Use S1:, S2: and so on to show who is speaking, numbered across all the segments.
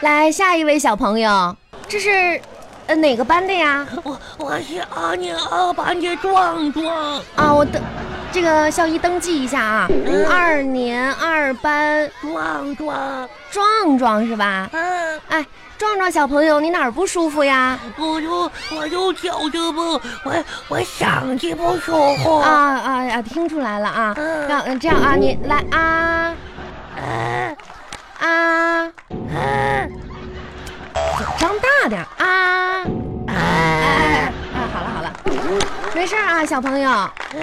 S1: 来，下一位小朋友，这是呃哪个班的呀？
S2: 我我是二年二班的壮壮，
S1: 啊，我的这个校医登记一下啊，
S2: 嗯
S1: 二年二班
S2: 壮壮，
S1: 壮壮是吧？
S2: 嗯、
S1: 哎，壮壮小朋友，你哪儿不舒服呀？
S2: 我就我就觉着不，我我嗓子不舒服
S1: 啊，啊啊！听出来了啊，
S2: 哦嗯
S1: 让、嗯这样啊，你来啊
S2: 嗯
S1: 啊，
S2: 嗯
S1: 张大点儿啊！哎哎哎哎，
S2: 嗯，
S1: 好了好了，没事儿啊，小朋友，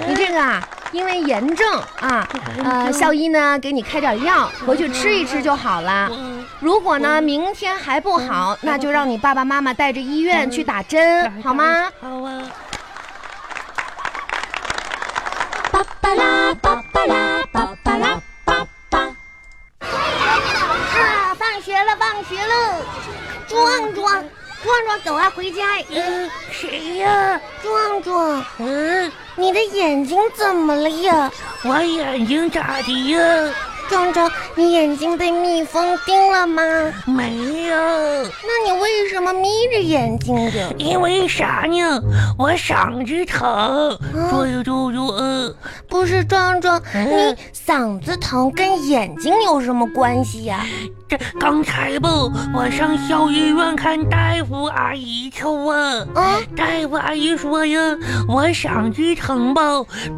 S1: 你这个啊，因为炎症啊，呃，校医呢给你开点药，回去吃一吃就好了。
S2: 嗯
S1: 如果呢明天还不好，那就让你爸爸妈妈带着医院去打针，好吗？？
S2: 好啊。
S3: 巴巴拉巴巴拉巴巴拉巴巴。
S4: 啊，放学了，放学了！壮壮，壮壮，走啊，回家！
S2: 嗯，谁呀？
S4: 壮壮，
S2: 嗯，
S4: 你的眼睛怎么了呀？
S2: 我眼睛咋的呀？
S4: 壮壮，你眼睛被蜜蜂叮了吗？
S2: 没有，
S4: 那你为什么眯着眼睛的？
S2: 因为啥呢？我嗓子疼，所以就就嗯。
S4: 不是壮壮，
S2: 嗯
S4: 你嗓子疼跟眼睛有什么关系呀、
S2: 这刚才吧，我上校医院看大夫阿姨去啊。
S4: 啊？
S2: 大夫阿姨说呀，我嗓子疼吧，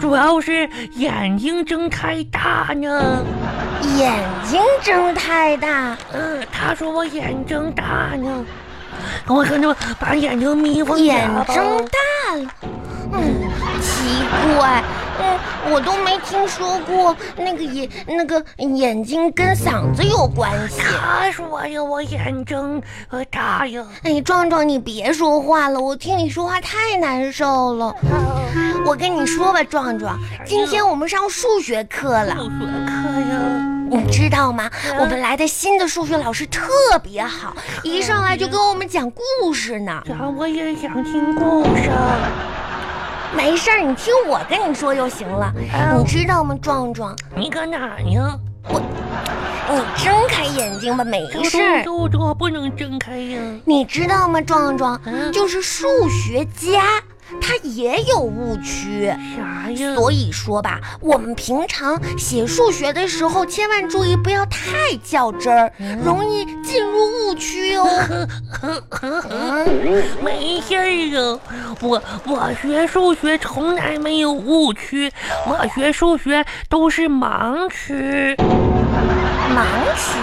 S2: 主要是眼睛睁太大呢。
S4: 眼睛睁太大，
S2: 嗯、她说我眼睛大呢，我可能把眼睛眯缝起
S4: 眼
S2: 来吧
S4: 睁大了。嗯，奇怪，嗯，我都没听说过那个眼那个眼睛跟嗓子有关系。
S2: 她说呀，我眼睛呃大呀。
S4: 哎，壮壮，你别说话了，我听你说话太难受了。我跟你说吧，壮壮，今天我们上数学课了，
S2: 数学课呀，
S4: 你知道吗？
S2: 嗯
S4: 我们来的新的数学老师特别好，一上来就给我们讲故事呢。
S2: 咱我也想听故事。
S4: 没事儿，你听我跟你说就行了。
S2: 嗯
S4: 你知道吗，壮壮？
S2: 你搁哪呢？
S4: 你睁开眼睛吧，没事儿。
S2: 就这不能睁开呀。
S4: 你知道吗，壮壮？
S2: 嗯
S4: 就是数学家，他也有误区。
S2: 啥哎呀？
S4: 所以说吧，我们平常写数学的时候，千万注意不要太较真儿，
S2: 嗯
S4: 容易进入误区 哟、嗯
S2: 没事儿啊，我我学数学从来没有误区，我学数学都是盲区。
S4: 盲区。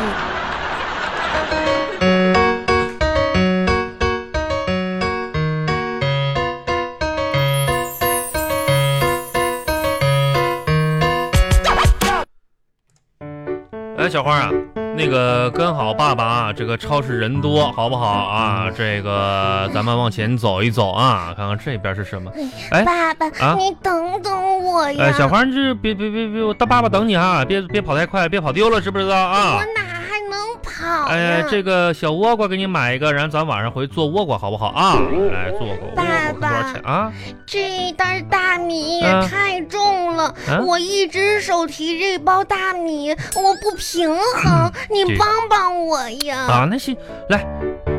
S5: 哎，小花啊，那个跟好爸爸啊，这个超市人多，好不好啊？这个咱们往前走一走啊，看看这边是什么。哎
S4: 爸爸，
S5: 啊
S4: 你等等我呀！
S5: 哎，小花，这别别别别，我大爸爸等你啊，别别跑太快，别跑丢了，知不知道啊
S4: 我？哪还能跑
S5: 哎呀
S4: 呀？，
S5: 这个小倭瓜给你买一个，然后咱晚上回去做倭瓜，好不好啊？哎，做个倭
S4: 嗯爸
S5: 瓜
S4: 嗯
S5: 多少
S4: 爸
S5: 钱啊？
S4: 这一袋大米也
S5: 啊
S4: 太重了，
S5: 啊
S4: 我一只手提这包大米，我不平衡，你
S5: 嗯这
S4: 帮帮我呀！
S5: 啊，那行，来，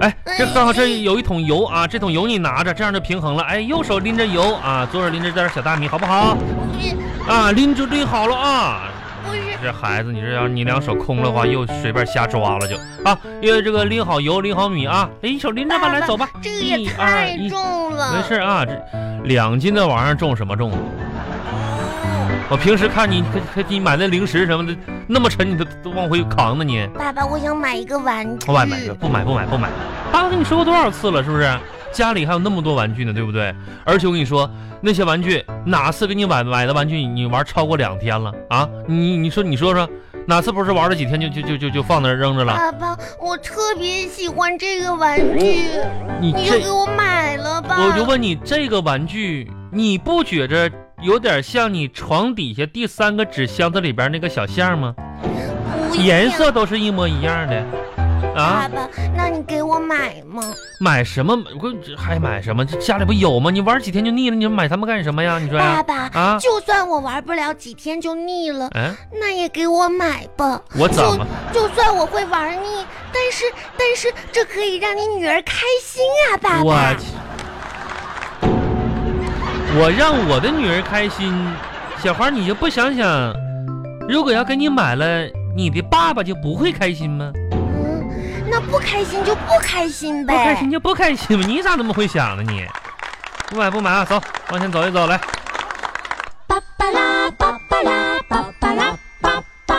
S5: 哎，
S4: 嗯
S5: 这刚好这有一桶油啊，这桶油你拿着，这样就平衡了。哎，右手拎着油啊，左手拎着点小大米，好不好？啊，拎住拎好了啊。
S4: 不是
S5: 这孩子，你这要你两手空了的话，又随便瞎抓了就啊。因为这个拎好油，拎好米啊，哎，一手拎着吧，
S4: 爸爸
S5: 来走吧。
S4: 这个也
S5: 一二
S4: 太
S5: 一，
S4: 重了，
S5: 没事啊，这两斤的玩意儿重什么重啊？我平时看你，可可你买那零食什么的，那么沉，你都都往回扛呢你。
S4: 爸爸，我想买一个玩具。
S5: 我买买个，不买不买不买。爸爸跟你说过多少次了，是不是？家里还有那么多玩具呢，对不对？而且我跟你说，那些玩具哪次给你买买的玩具，你玩超过两天了啊？你你说你说说，哪次不是玩了几天就就就就就放那儿扔着了？
S4: 爸爸，我特别喜欢这个玩具，你
S5: 你
S4: 就
S5: 这
S4: 给，我买了吧。
S5: 我就问你，这个玩具你不觉着有点像你床底下第三个纸箱子里边那个小象吗？
S4: 不一样嗯
S5: 颜色都是一模一样的。啊
S4: 爸，爸，那你给我买吗？
S5: 买什么？我这还买什么？这家里不有吗？你玩几天就腻了，你买它们干什么呀？你说
S4: 爸
S5: 呀？
S4: 爸，
S5: 啊，
S4: 就算我玩不了几天就腻了，
S5: 嗯，
S4: 那也给我买吧。
S5: 我怎么？
S4: 就算我会玩腻，但是但是这可以让你女儿开心啊，爸
S5: 我
S4: 爸。
S5: 去我让我的女儿开心，小花，你就不想想，如果要给你买了，你的爸爸就不会开心吗？
S4: 嗯，那不开心就不开心
S5: 不
S4: 呗。
S5: 开心就不开心吧，你咋那么会想呢你？不买不买啊，走，往前走一走来。
S3: 巴巴拉巴巴拉巴巴拉巴巴。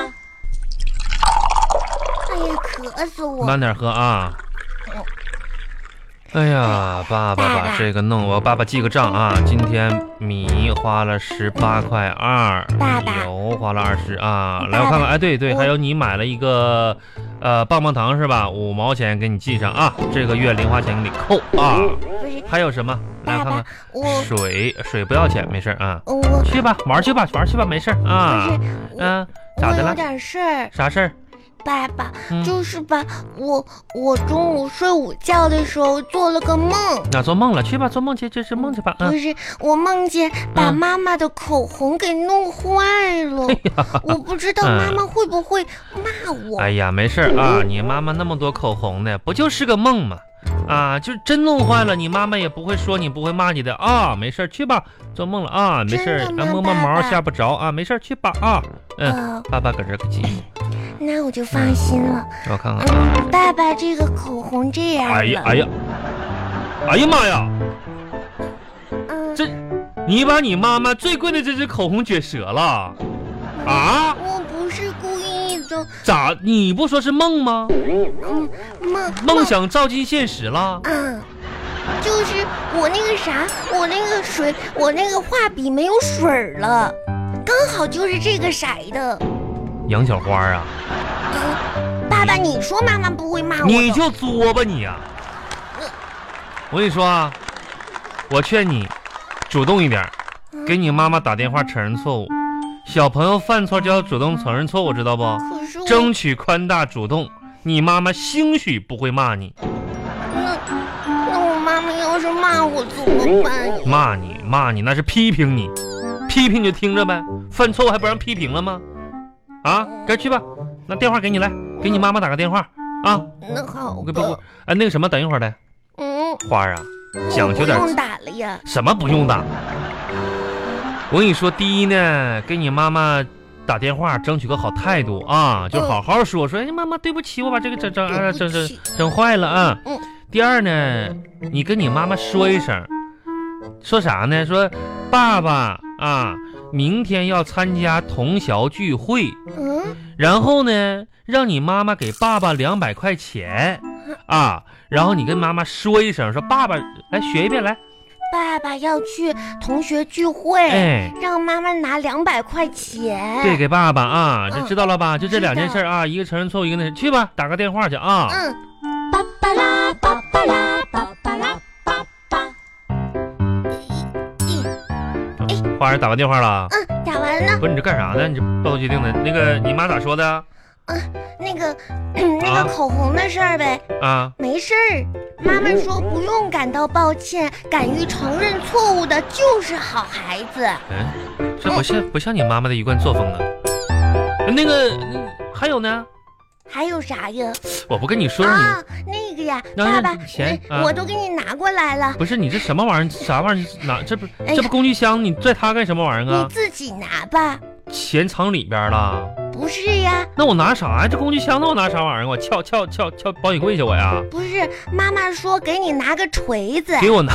S4: 哎呀，渴死我！
S5: 慢点喝啊！哎呀，爸爸
S4: 爸
S5: 把
S4: 爸
S5: 这个弄，我爸爸记个账啊。今天米花了十八块二，
S4: 爸爸
S5: 油花了二十啊。来，
S4: 爸
S5: 我
S4: 爸
S5: 看看，哎，对对，
S4: 我
S5: 还有你买了一个呃棒棒糖是吧？五毛钱给你记上啊，这个月零花钱给你扣啊。
S4: 不是，
S5: 还有什么？来
S4: 嗯爸
S5: 看看
S4: 爸，，我
S5: 水水不要钱，没事儿啊。
S4: 我不是
S5: 去吧，玩去吧，玩去吧，没事儿啊。
S4: 我，
S5: 嗯，咋
S4: 我
S5: 的
S4: 有
S5: 了？
S4: 点事儿，
S5: 啥事儿？
S4: 爸爸，
S5: 嗯
S4: 就是吧，我我中午睡午觉的时候做了个梦。
S5: 那做梦了？去吧，做梦去，这是梦去吧。嗯
S4: 不。是，我梦见把
S5: 嗯哎
S4: 妈妈的口红给弄坏了，我不知道妈妈会不会骂我。
S5: 嗯哎呀，没事儿啊，你妈妈那么多口红呢，不就是个梦吗？啊，就是真弄坏了，你妈妈也不会说你，不会骂你的啊、没事儿，去吧，做梦了啊，没事儿，
S4: 真的
S5: 啊
S4: 吗
S5: 摸摸毛
S4: 爸爸
S5: 吓不着啊，没事儿，去吧啊，嗯，
S4: 呃，
S5: 爸爸搁这儿记，
S4: 那我就放心了。
S5: 我看看啊，
S4: 嗯，爸爸这个口红这样
S5: 哎呀，
S4: 了，
S5: 哎呀，哎呀妈呀，
S4: 嗯，
S5: 这你把你妈妈最贵的这支口红撅折了啊？
S4: 我不是故意的，
S5: 咋？你不说是梦吗？
S4: 嗯，梦
S5: 梦想照进现实了？
S4: 啊，就是我那个啥，我那个水，我那个画笔没有水儿了，刚好就是这个色的。
S5: 杨小花啊，
S4: 嗯，爸爸，你说妈妈不会骂我的？
S5: 你就作吧你呀、啊我跟你说啊，我劝你主动一点儿，给你妈妈打电话承认错误。小朋友犯错就要主动承认错误，知道不？
S4: 可是我
S5: 争取宽大主动，你妈妈兴许不会骂你，
S4: 那那我妈妈要是骂我怎么办呀？
S5: 骂你骂你那是批评你，批评你就听着呗，犯错误还不让批评了吗？啊，该去吧，那电话给你来，给你妈妈打个电话啊。
S4: 那好
S5: 我给不
S4: 吧
S5: 不，，哎，那个什么，等一会儿来，
S4: 嗯，
S5: 花儿啊，讲究点
S4: 我不用打了呀。
S5: 什么不用打？我跟你说，第一呢，给你妈妈打电话，争取个好态度啊，就好好说说，哎，妈妈，对不起，我把这个整整啊整整整坏了啊。
S4: 嗯
S5: 第二呢，你跟你妈妈说一声，说啥呢？说爸爸啊，明天要参加同校聚会，
S4: 嗯，
S5: 然后呢，让你妈妈给爸爸两百块钱啊，然后你跟妈妈说一声，说爸爸来学一遍来，
S4: 爸爸要去同学聚会，
S5: 哎。
S4: 让妈妈拿两百块钱。
S5: 对，，给爸爸啊，这
S4: 嗯
S5: 知道了吧？就这
S4: 知
S5: 两件
S4: 道
S5: 事儿啊，一个承认错误，一个那去吧，打个电话去啊。
S4: 嗯，
S3: 巴巴拉巴巴拉巴巴拉巴巴。
S5: 花儿打完电话了，啊
S4: 嗯，打完了。
S5: 不是你这干啥呢？你这暴头决定的，那个你妈咋说的
S4: 那个那
S5: 啊
S4: 个口红的事儿呗，
S5: 啊？
S4: 没事儿。妈妈说不用感到抱歉，敢于承认错误的就是好孩子。
S5: 嗯，这不像不像你妈妈的一贯作风啊。那个嗯还有呢，
S4: 还有啥呀？
S5: 我不跟你说说你，
S4: 啊，那个呀，爸
S5: 那
S4: 爸，
S5: 钱
S4: 你
S5: 啊
S4: 我都给你拿过来了，
S5: 不是你这什么玩意儿？啥玩意儿？哪这不
S4: 哎呀
S5: 这不工具箱？你拽它干什么玩意儿
S4: 你
S5: 啊？
S4: 自己拿吧。
S5: 钱藏里边了，
S4: 不是呀，
S5: 那我拿啥呀？这工具箱那我拿啥玩意儿啊？我撬撬撬撬保险柜去我呀？
S4: 不是，妈妈说给你拿个锤子，
S5: 给我拿，